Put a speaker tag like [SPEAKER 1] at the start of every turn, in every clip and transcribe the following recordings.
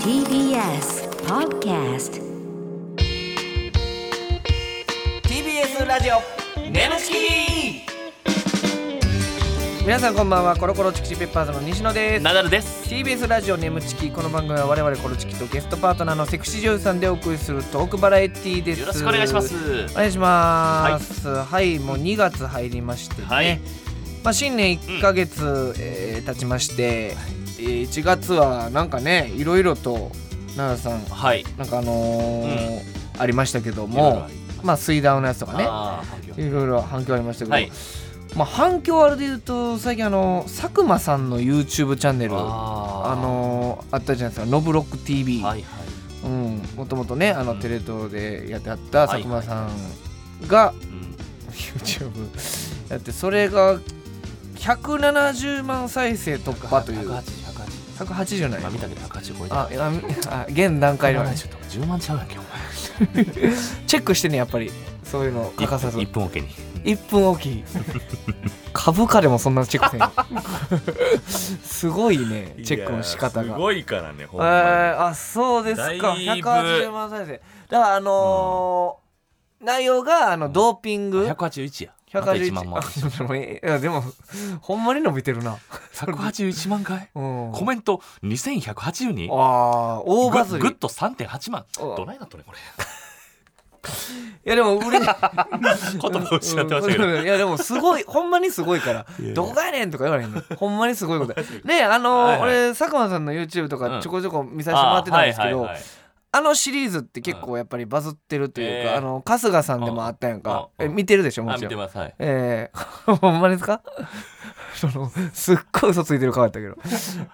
[SPEAKER 1] TBS Podcast
[SPEAKER 2] TBS ラジオネムチ
[SPEAKER 3] 皆さんこんばんはコロコロチキチキペッパーズの西野で
[SPEAKER 2] キ
[SPEAKER 3] す
[SPEAKER 2] ナダルです
[SPEAKER 3] TBS ラジオ眠チキこの番組は我々コロチキとゲストパートナーのセクシー女優さんでお送りするトークバラエティです
[SPEAKER 2] よろしくお願いします
[SPEAKER 3] お願いしますはい、もう2月入りましてね、
[SPEAKER 2] はい
[SPEAKER 3] まあ、新年1ヶ月、えー経ちまして、えー1月はなんかねいろいろと奈良さん
[SPEAKER 2] はい
[SPEAKER 3] なんかあのーありましたけど
[SPEAKER 2] いろいろ
[SPEAKER 3] も
[SPEAKER 2] あり
[SPEAKER 3] まあ水ダウのやつとかね
[SPEAKER 2] あー発表
[SPEAKER 3] いろいろ反響ありましたけど、
[SPEAKER 2] はい
[SPEAKER 3] まあ、反響あれで言うと最近あの佐久間さんの YouTube チャンネルあ
[SPEAKER 2] あー
[SPEAKER 3] のあったじゃないですか「ノブロック TV」
[SPEAKER 2] はいはい
[SPEAKER 3] うん、もともとねあの、
[SPEAKER 2] うん
[SPEAKER 3] テレ東でやってあった佐久間さ
[SPEAKER 2] はい
[SPEAKER 3] んが YouTube やってそれが170万再生突破という
[SPEAKER 2] 180 180
[SPEAKER 3] 180ない
[SPEAKER 2] 今見たけど180超えて
[SPEAKER 3] ああみあ現段階ではね
[SPEAKER 2] ちょっと10万ちゃうやんけお前
[SPEAKER 3] チェックしてねやっぱりそういうの欠かさず
[SPEAKER 2] 1分おけに
[SPEAKER 3] 1分おき株価でもそんなチェックせんよ すごいねチェックの仕方
[SPEAKER 4] いや
[SPEAKER 3] が
[SPEAKER 4] すごいからねほん
[SPEAKER 3] え
[SPEAKER 4] まに、
[SPEAKER 3] ーあそうです
[SPEAKER 4] だいぶ
[SPEAKER 3] か180万再生だからあのー内容があのドーピング
[SPEAKER 2] 181やあと
[SPEAKER 3] 181
[SPEAKER 2] 1万万
[SPEAKER 3] あでもいやでもほんまに伸びてるな、
[SPEAKER 2] 181万回
[SPEAKER 3] うん、
[SPEAKER 2] コメント2180人
[SPEAKER 3] あー大バズ
[SPEAKER 2] グッ
[SPEAKER 3] り
[SPEAKER 2] グッと3.8万
[SPEAKER 3] お
[SPEAKER 2] どないなっとねこれ
[SPEAKER 3] いやでも売れ言
[SPEAKER 2] 言葉を失ってましたけど
[SPEAKER 3] いやでもすごいほんまにすごいから
[SPEAKER 2] いやいや
[SPEAKER 3] どこがやねんとか言われへんのほんまにす ごいことやねあの
[SPEAKER 2] はいはい
[SPEAKER 3] 俺佐久間さんの YouTube と
[SPEAKER 2] う
[SPEAKER 3] か
[SPEAKER 2] ん
[SPEAKER 3] ちょこちょこ見させてもら
[SPEAKER 2] あ
[SPEAKER 3] って
[SPEAKER 2] ー
[SPEAKER 3] たん
[SPEAKER 2] はい
[SPEAKER 3] です
[SPEAKER 2] は
[SPEAKER 3] け
[SPEAKER 2] い
[SPEAKER 3] ど
[SPEAKER 2] はい
[SPEAKER 3] あのシリーズって結構やっぱりバズってるという
[SPEAKER 2] うんえ
[SPEAKER 3] か
[SPEAKER 2] ー
[SPEAKER 3] あの春日さんでもあったやんか
[SPEAKER 2] うん
[SPEAKER 3] え見てるでしょも
[SPEAKER 2] あ
[SPEAKER 3] ち
[SPEAKER 2] 見て
[SPEAKER 3] ろん
[SPEAKER 2] ますはい
[SPEAKER 3] えーほんまですか そのすっごい嘘ついてる顔やったけど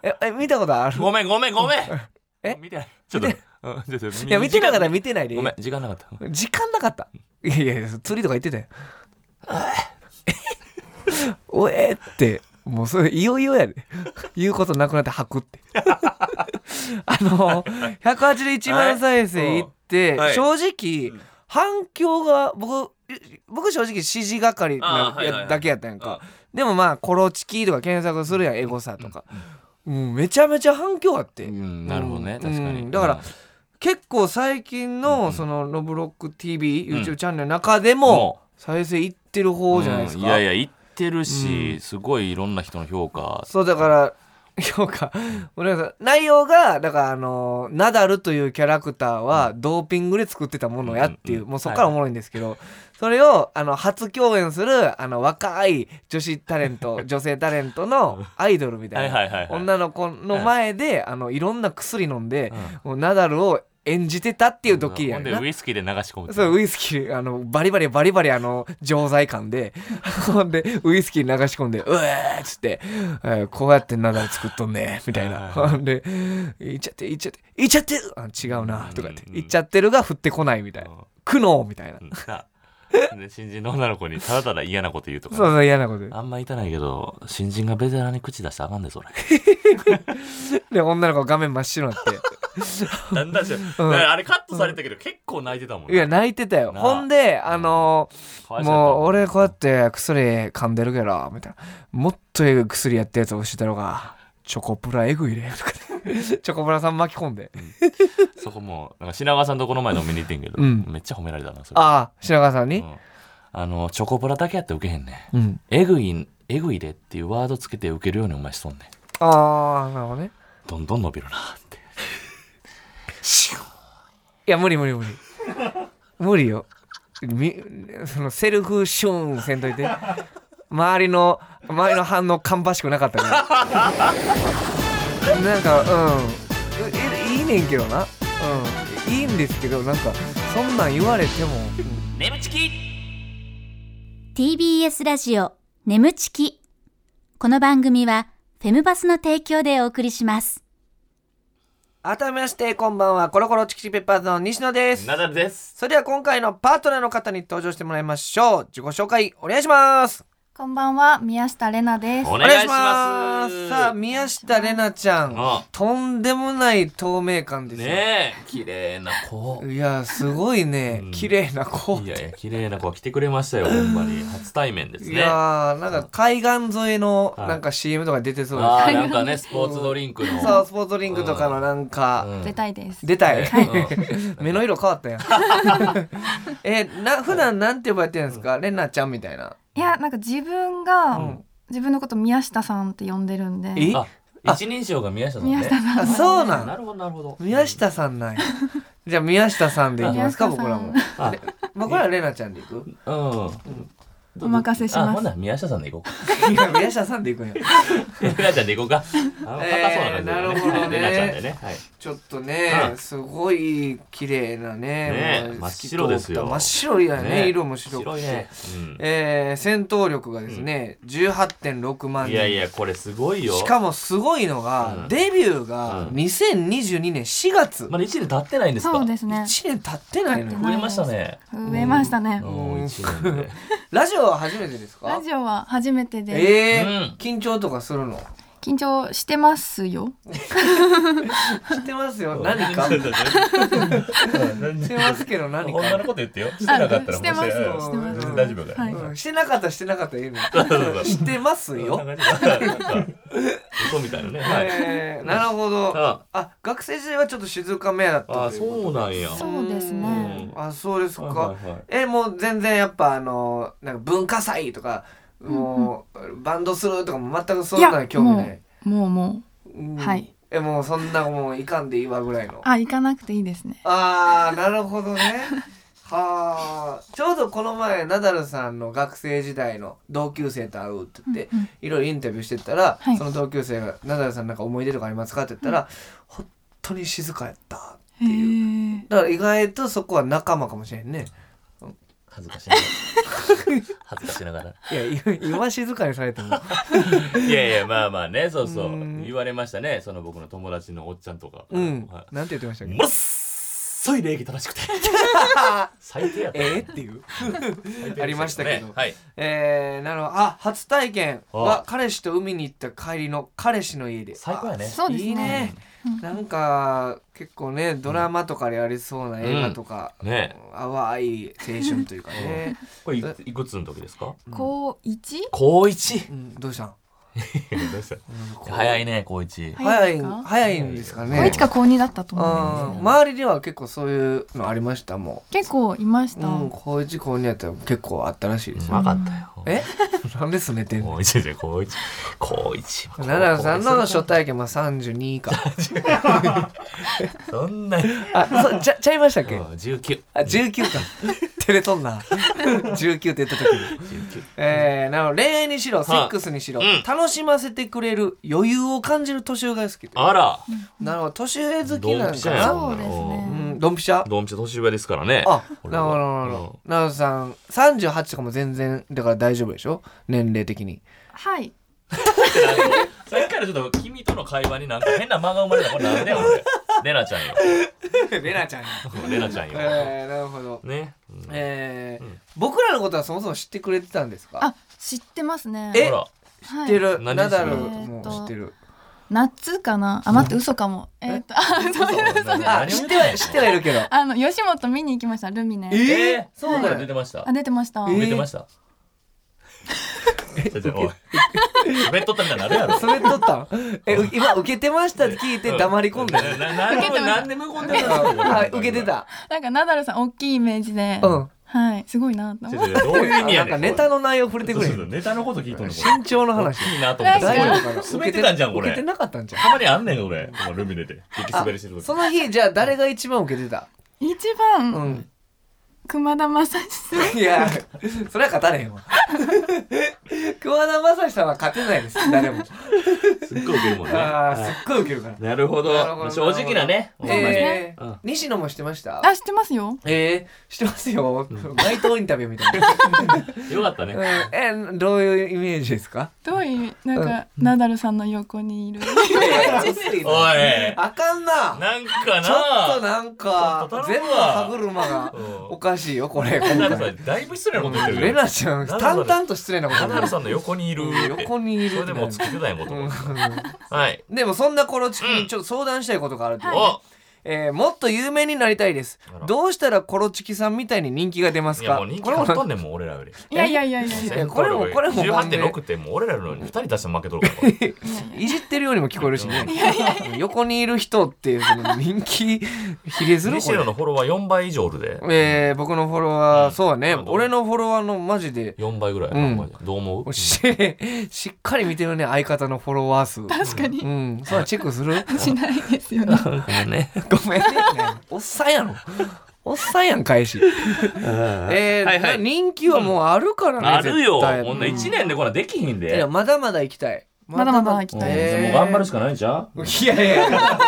[SPEAKER 3] ええ見たことある
[SPEAKER 2] ごめんごめんごめん
[SPEAKER 3] え
[SPEAKER 2] 見てないちょっとうんちょっと
[SPEAKER 3] いや見てなかったら
[SPEAKER 2] 時
[SPEAKER 3] 見てないで
[SPEAKER 2] 間ごめん時間なかった
[SPEAKER 3] 時間なかったいやいやいや釣りとか言ってたよ おえってもうそれいよいよやで言うことなくなって吐くって あの181万再生いって、
[SPEAKER 4] はい
[SPEAKER 3] 正直、反響が僕僕正直指示係
[SPEAKER 2] あ
[SPEAKER 3] な
[SPEAKER 2] ーはいはいはい
[SPEAKER 3] だけやったやんかでもまあ「コロチキ」とか検索するやんエゴサとか、もうめちゃめちゃ反響あって、
[SPEAKER 2] うんなるほどね
[SPEAKER 3] うん
[SPEAKER 2] 確か
[SPEAKER 3] う
[SPEAKER 2] に
[SPEAKER 3] んだから
[SPEAKER 2] うん
[SPEAKER 3] 結構最近
[SPEAKER 2] うん
[SPEAKER 3] のそのロブロック TV、
[SPEAKER 2] うん
[SPEAKER 3] YouTube チャンネルの中で
[SPEAKER 2] も
[SPEAKER 3] も再生いってる方じゃないですか、
[SPEAKER 2] うんいやいや言ってるし、
[SPEAKER 3] う
[SPEAKER 2] すごいいろんな人の評価
[SPEAKER 3] そうだから評価俺なんか内容がだからあのナダルというキャラクターはドーピングで作ってたものやっていう,、
[SPEAKER 2] うんうん
[SPEAKER 3] もうそこからおもろいんですけど、それをあの初共演するあの若い女子タレン ト女性タレントのアイドルみたいな
[SPEAKER 2] はいはいはいはい
[SPEAKER 3] 女の子の前で、い、あのいろんな薬飲んで、もうナダルを演じてたっていうドッキリや
[SPEAKER 2] ほん
[SPEAKER 3] ん
[SPEAKER 2] で
[SPEAKER 3] な
[SPEAKER 2] ウ。イスキーで流し込む
[SPEAKER 3] そうウイスキーあのバリバリバリバリあの錠剤感で ほんでウイスキー流し込んで「うえ!」っつって、えーこうやってナダル作っとんね」みたいな
[SPEAKER 2] はいはい
[SPEAKER 3] ほんで「いっちゃっていっちゃっていっちゃってるあ違うな」とかって
[SPEAKER 2] う
[SPEAKER 3] 「
[SPEAKER 2] ん
[SPEAKER 3] いっちゃってる」が降ってこないみたいな
[SPEAKER 2] うん
[SPEAKER 3] 「苦悩」みたいな
[SPEAKER 2] うんなで新人の女の子にただただ嫌なこと言うと
[SPEAKER 3] そう
[SPEAKER 2] か
[SPEAKER 3] そう嫌なこと
[SPEAKER 2] あんま言いたないけど新人がベテランに口出したらあかんでそれ
[SPEAKER 3] で女の子画面真っ白 になっ
[SPEAKER 2] だんだんし、あれカットされたけど結構泣いてたもん
[SPEAKER 3] ていや泣いてたよ
[SPEAKER 2] なあ
[SPEAKER 3] ほんであのーもう俺こうや
[SPEAKER 2] っ
[SPEAKER 3] って薬噛んでるけどみたいなもっとえぐい薬やったやつ教えたのがチョコプラえぐいね とかってチョコプラさん巻き込んで
[SPEAKER 2] てそこもなんか品川さんとこの前飲みに行ってんけど、
[SPEAKER 3] うん
[SPEAKER 2] めっちゃ褒められたなそれ
[SPEAKER 3] ああ品川さん
[SPEAKER 2] う
[SPEAKER 3] に
[SPEAKER 2] んあのチョコプラだけやって受けへんね
[SPEAKER 3] うん、
[SPEAKER 2] えぐいえぐいでっていうワードつけて受けるようにお前しとんねん
[SPEAKER 3] ああなるほどね
[SPEAKER 2] どんどん伸びるなって
[SPEAKER 3] いや無理無理無理無理よみそのセルフシューンせんといて周りの周りの反応芳しくなかったから なんかうんいいいいねんけどなうんいいんですけどなんかそんなん言われても、うん
[SPEAKER 2] ネムチキ
[SPEAKER 5] TBS ラジオ眠ちきこの番組はフェムバスの提供でお送りします
[SPEAKER 3] 改めましてこんばんはコロコロチキチキペッパーズの西野です
[SPEAKER 2] ナダルです
[SPEAKER 3] それでは今回のパートナーの方に登場してもらいましょう自己紹介お願いします
[SPEAKER 4] こんばんは、宮下れなです。
[SPEAKER 2] お
[SPEAKER 3] お
[SPEAKER 2] 願いします
[SPEAKER 3] さあ、宮下玲奈ちゃん
[SPEAKER 2] あ、
[SPEAKER 3] とんでもない透明感ですよ。
[SPEAKER 2] ねえ綺麗な子
[SPEAKER 3] いや、すごいね
[SPEAKER 2] うん。
[SPEAKER 3] 綺麗な子。
[SPEAKER 2] いやいや綺麗な子が来てくれましたよほんまに初対面です
[SPEAKER 3] い
[SPEAKER 2] ね
[SPEAKER 3] やー、なんか海岸沿いの、
[SPEAKER 2] はい
[SPEAKER 3] なんか CM とか出てそう
[SPEAKER 2] あー
[SPEAKER 3] で
[SPEAKER 2] なんかねスポーツドリンクの
[SPEAKER 3] す。そう、スポーツドリンクとかのなんか、
[SPEAKER 2] うん
[SPEAKER 4] 出たいです。
[SPEAKER 3] 出たい。
[SPEAKER 2] うん
[SPEAKER 3] 目の色変わったやん。 え、な、普段なんて呼ばれてるんですかレナちゃんみたいな。
[SPEAKER 4] いや、なんか自分が、
[SPEAKER 2] うん
[SPEAKER 4] 自分のこと宮下さんって呼んでるんで。
[SPEAKER 3] え
[SPEAKER 2] あ一人称が宮下さんね
[SPEAKER 4] 宮下さん。
[SPEAKER 3] あ、そうなん
[SPEAKER 2] なるほどなるほど
[SPEAKER 3] 宮下さんなんや。じゃあ宮下さんでいきますか
[SPEAKER 4] 宮
[SPEAKER 3] 僕
[SPEAKER 4] 下さ
[SPEAKER 3] らも。
[SPEAKER 2] あ
[SPEAKER 4] ん
[SPEAKER 3] 僕らレナちゃんでい く
[SPEAKER 2] うん
[SPEAKER 4] お任せします
[SPEAKER 2] あほんなら宮下さんでいこうか
[SPEAKER 3] いや宮下さんでいくんや。
[SPEAKER 2] レナちゃんでいこうかあの硬そうな感じ
[SPEAKER 3] え
[SPEAKER 2] だね
[SPEAKER 3] ーなるほどね
[SPEAKER 2] レナちゃんでねはい
[SPEAKER 3] ちょっとね
[SPEAKER 2] う、ん
[SPEAKER 3] すごい綺麗なね
[SPEAKER 2] ね。
[SPEAKER 3] もう
[SPEAKER 2] 真っ白です
[SPEAKER 3] 透き通
[SPEAKER 2] よ
[SPEAKER 3] った真っ白いやね。色も白くて。
[SPEAKER 2] 白いねうん
[SPEAKER 3] えー戦闘力がですね、18.6万人
[SPEAKER 2] いやいやこれすごいよ
[SPEAKER 3] しかもすごいのが、
[SPEAKER 2] うん
[SPEAKER 3] デビュー
[SPEAKER 2] うん
[SPEAKER 3] が2022年4月、
[SPEAKER 2] まだ1年経ってないんですか
[SPEAKER 4] そうです
[SPEAKER 3] 1
[SPEAKER 4] ね。
[SPEAKER 3] 年経ってないのよ
[SPEAKER 4] 経って
[SPEAKER 2] 増えましたね
[SPEAKER 4] 増えましたね
[SPEAKER 2] う。
[SPEAKER 3] うん
[SPEAKER 2] ん一年で
[SPEAKER 3] ラジオは初めてですか
[SPEAKER 4] ラジオは初めてで、
[SPEAKER 3] えー
[SPEAKER 2] うん
[SPEAKER 3] 緊張とかするの
[SPEAKER 4] 緊張してますよ。
[SPEAKER 3] 知ってますよ 何 か知ってますけど何か
[SPEAKER 6] 女のこと言ってよ。してなかったら
[SPEAKER 4] してます
[SPEAKER 6] もう
[SPEAKER 4] してます
[SPEAKER 6] うん大丈夫だよ。
[SPEAKER 4] はい
[SPEAKER 3] うんしてなかったらしてなかったら言う
[SPEAKER 2] そう
[SPEAKER 3] の
[SPEAKER 2] そう
[SPEAKER 3] 知ってますよ、
[SPEAKER 6] なんかねなんか
[SPEAKER 2] 嘘みたいなねはい
[SPEAKER 3] えー、なるほど、
[SPEAKER 2] あ
[SPEAKER 3] あ学生時代はちょっと静かめだった
[SPEAKER 2] あ
[SPEAKER 3] ということ
[SPEAKER 2] そうなんやは
[SPEAKER 4] そうですね。
[SPEAKER 3] うんあそうですか、
[SPEAKER 2] いはいはい
[SPEAKER 3] えもう全然やっぱあのなんか文化祭とかもう、バンドするとかも全くそんな興味ない、
[SPEAKER 4] もうも
[SPEAKER 3] うん
[SPEAKER 4] はい
[SPEAKER 3] えもうそんなもういかんでいいわぐらいの
[SPEAKER 4] う。あ、行かなくていいですね。
[SPEAKER 3] あーなるほどねはあちょうどこの前ナダルさんの学生時代の同級生と会うって言って、
[SPEAKER 4] うんうん
[SPEAKER 3] いろいろインタビューしてったら、
[SPEAKER 4] はい
[SPEAKER 3] その同級生が「ナダルさんなんか思い出とかありますか?」って言ったら「本当に静かやった」っていう
[SPEAKER 4] へえ。
[SPEAKER 3] だから意外とそこは仲間かもしれんね
[SPEAKER 2] 恥ずかしながら恥ずかしながら
[SPEAKER 3] いやい今静かにされても
[SPEAKER 2] いやいやまあまあねそうそう
[SPEAKER 3] うん
[SPEAKER 2] 言われましたねその僕の友達のおっちゃんとか
[SPEAKER 3] うん
[SPEAKER 2] は。い
[SPEAKER 3] なんて言ってましたっけ
[SPEAKER 2] もっそい礼儀正しくて最低やっ た
[SPEAKER 3] えーっていう。ありましたけど。
[SPEAKER 2] ねはい
[SPEAKER 3] えー、なるほど。あ、初体験は
[SPEAKER 2] あ
[SPEAKER 3] 彼氏と海に行った帰りの彼氏の家で。
[SPEAKER 2] 最高やね
[SPEAKER 4] そうですね
[SPEAKER 3] いいね。なんか結構ねドラマとかでありそうな映画とか、
[SPEAKER 2] ね
[SPEAKER 3] 淡い青春というかね、
[SPEAKER 2] これいくいくつの時ですか
[SPEAKER 4] 高一？
[SPEAKER 2] 高一
[SPEAKER 3] うん、どうしたん
[SPEAKER 2] 早いね高一
[SPEAKER 3] 早い
[SPEAKER 4] です
[SPEAKER 3] ん
[SPEAKER 4] か
[SPEAKER 3] 早いんですかね
[SPEAKER 4] 高一か高二だったと
[SPEAKER 3] うん
[SPEAKER 4] 思うんですね。
[SPEAKER 3] 周りでは結構そういうのありましたも
[SPEAKER 4] 結構いまし
[SPEAKER 3] う、
[SPEAKER 4] た。
[SPEAKER 3] うん、高一高二やったら結構あったらしいですよ、
[SPEAKER 2] なかったよ
[SPEAKER 3] えなんですねてんの
[SPEAKER 2] 高一で高一高一
[SPEAKER 3] 奈良さんの
[SPEAKER 2] 高一
[SPEAKER 3] 初体験は32か
[SPEAKER 2] そんなに
[SPEAKER 3] あそうちゃちゃいましたっけ
[SPEAKER 2] 十九
[SPEAKER 3] あ19か照れとんな19って言った時に
[SPEAKER 2] 十九
[SPEAKER 3] えー、なの恋愛にしろセックスにしろ、
[SPEAKER 2] うん
[SPEAKER 3] 楽しませてくれる余裕を感じる年上が好きと
[SPEAKER 2] あら
[SPEAKER 3] なるほど年上好き
[SPEAKER 2] ド
[SPEAKER 3] な
[SPEAKER 2] ン
[SPEAKER 3] ん
[SPEAKER 2] ピ
[SPEAKER 3] か
[SPEAKER 2] シャや
[SPEAKER 3] な
[SPEAKER 4] そうですね
[SPEAKER 3] うんドンピシャ
[SPEAKER 2] ドンピシャ年上ですからね
[SPEAKER 3] あ
[SPEAKER 2] 俺
[SPEAKER 3] なるほ
[SPEAKER 2] は
[SPEAKER 3] どなるほど奈良さん38とかも全然だから大丈夫でしょ年齢的 に
[SPEAKER 4] はい。
[SPEAKER 2] さっきからちょっと君との会話になんか変な間が生まれたこれなんでよ俺レナちゃんよ
[SPEAKER 3] レナちゃん
[SPEAKER 2] レナちゃんよ
[SPEAKER 3] えー、なるほど
[SPEAKER 2] ねうん
[SPEAKER 3] えー
[SPEAKER 2] うん
[SPEAKER 3] 僕らのことはそもそも知ってくれてたんですか
[SPEAKER 4] あ、知ってますね。
[SPEAKER 3] え
[SPEAKER 2] ほら
[SPEAKER 4] は
[SPEAKER 3] 知
[SPEAKER 4] い
[SPEAKER 3] ってる、
[SPEAKER 2] 何
[SPEAKER 3] ナダル
[SPEAKER 2] それ
[SPEAKER 3] も知ってる
[SPEAKER 4] 夏かな。あ、待って、嘘かも。えーっと、あ、そうです。
[SPEAKER 3] あ知っては知ってはいるけど
[SPEAKER 4] あの吉本見に行きました。ルミネ。
[SPEAKER 3] えー
[SPEAKER 2] えー
[SPEAKER 3] そうなん
[SPEAKER 2] ほら出てました
[SPEAKER 4] あ、出てました。
[SPEAKER 3] えー
[SPEAKER 2] 出てましたちょちょおいベッドったみたいになるやろ
[SPEAKER 3] それ撮ったのえう今受けてましたって聞いて黙り込んだよ、
[SPEAKER 2] なな
[SPEAKER 4] 受けてました
[SPEAKER 2] なんで無言で
[SPEAKER 3] うんはい受けてた
[SPEAKER 4] なんかナダルさん大きいイメージで、
[SPEAKER 3] うん
[SPEAKER 4] はい、すごいなと
[SPEAKER 2] ち
[SPEAKER 4] 思
[SPEAKER 2] ょ
[SPEAKER 4] って。
[SPEAKER 2] ちょどういう意味
[SPEAKER 3] な
[SPEAKER 2] や
[SPEAKER 3] ん
[SPEAKER 2] ね
[SPEAKER 3] か
[SPEAKER 2] ん
[SPEAKER 3] ネタの内容触れて
[SPEAKER 2] そ
[SPEAKER 3] く
[SPEAKER 2] う
[SPEAKER 3] れ
[SPEAKER 2] そうネタのこと聞いとんのこれ
[SPEAKER 3] 身長の話
[SPEAKER 2] いいなと思って
[SPEAKER 3] 大
[SPEAKER 4] 大丈
[SPEAKER 3] 丈
[SPEAKER 4] 夫
[SPEAKER 3] 夫かな
[SPEAKER 2] 滑ってたんじゃんこれ
[SPEAKER 3] 受けてなかったんじゃん
[SPEAKER 2] たまにあんねん俺このルミネで激滑りしてる時
[SPEAKER 3] その日じゃあ誰が一番受けてた
[SPEAKER 4] 一
[SPEAKER 3] う
[SPEAKER 4] 番、
[SPEAKER 3] ん
[SPEAKER 4] 熊田正史さん。
[SPEAKER 3] いやそれは勝たれへんわ桑田正史さんは勝てないです誰も
[SPEAKER 2] すっごい受けるもんね
[SPEAKER 3] あーすっごい受けるから
[SPEAKER 2] なるほど
[SPEAKER 3] なるほど
[SPEAKER 2] 正直なねほんまに
[SPEAKER 3] え
[SPEAKER 2] う
[SPEAKER 3] ー
[SPEAKER 2] ん、
[SPEAKER 3] 西野もしてました
[SPEAKER 4] あ、知ってますよ。
[SPEAKER 3] えー、してますよ、街頭インタビューみたいな、
[SPEAKER 2] よかったね
[SPEAKER 3] うんえどういうイメージですか
[SPEAKER 4] どういうなんか、ナダルさんの横に いる。
[SPEAKER 2] おい
[SPEAKER 3] あかんな
[SPEAKER 2] なんか な
[SPEAKER 3] ちょっとなんか
[SPEAKER 2] ちょっと
[SPEAKER 3] 全
[SPEAKER 2] 頼
[SPEAKER 3] 部
[SPEAKER 2] むわ
[SPEAKER 3] 歯車が
[SPEAKER 2] うん
[SPEAKER 3] おかしいよこれ
[SPEAKER 2] レ
[SPEAKER 3] 今
[SPEAKER 2] ナ
[SPEAKER 3] 回
[SPEAKER 2] さんだいぶ失礼なこと言ってる
[SPEAKER 3] レナちゃん
[SPEAKER 2] ナダルさん
[SPEAKER 3] 単淡々と失礼なこと
[SPEAKER 2] 花原さんの横にいるって
[SPEAKER 3] 横にいる
[SPEAKER 2] それでもうつけてたんやもんと思ってはい
[SPEAKER 3] でもそんなコロチキ
[SPEAKER 2] う
[SPEAKER 3] に
[SPEAKER 2] ん
[SPEAKER 3] ちょっと相談したいことがあると、
[SPEAKER 2] お
[SPEAKER 3] えーもっと有名になりたいです
[SPEAKER 2] あら
[SPEAKER 3] どうしたらコロチキさんみたいに人気が出ます
[SPEAKER 2] いや
[SPEAKER 3] か
[SPEAKER 2] もう人気
[SPEAKER 3] これも
[SPEAKER 2] 買っとんねんもう俺らより
[SPEAKER 4] いやいやいやいやいや
[SPEAKER 3] やこれもこれも
[SPEAKER 2] 18.6ってもう俺らのに2人出して負けと るからこれ
[SPEAKER 3] いじってるようにも聞こえるしね横にいる人ってその人気比例するこ
[SPEAKER 2] 西
[SPEAKER 3] れ
[SPEAKER 2] 野のフォロワー4倍以上おるで
[SPEAKER 3] えー、僕のフォロワー、そうだね
[SPEAKER 2] うん
[SPEAKER 3] 俺のフォロワーのマジで
[SPEAKER 2] 4倍ぐらいや
[SPEAKER 3] う
[SPEAKER 2] なんマジでどう思う
[SPEAKER 3] し しっかり見てるね相方のフォロワー数
[SPEAKER 4] 確か
[SPEAKER 3] う
[SPEAKER 4] に
[SPEAKER 3] んそうだチェックする
[SPEAKER 4] しないですよね。
[SPEAKER 2] ね
[SPEAKER 3] ごめんねおっさんやろおっさんやん返しえー
[SPEAKER 2] はいはい
[SPEAKER 3] な人気はもうあるからね、
[SPEAKER 2] あるよ
[SPEAKER 3] 絶対
[SPEAKER 2] こんな1年でこんなできひん
[SPEAKER 3] い
[SPEAKER 2] で
[SPEAKER 3] やまだまだ行きたい
[SPEAKER 4] まだまだ行
[SPEAKER 2] う
[SPEAKER 4] き
[SPEAKER 2] ん
[SPEAKER 4] たい
[SPEAKER 3] え
[SPEAKER 4] で
[SPEAKER 2] もう頑張るしかないんちゃう
[SPEAKER 3] いやいやいや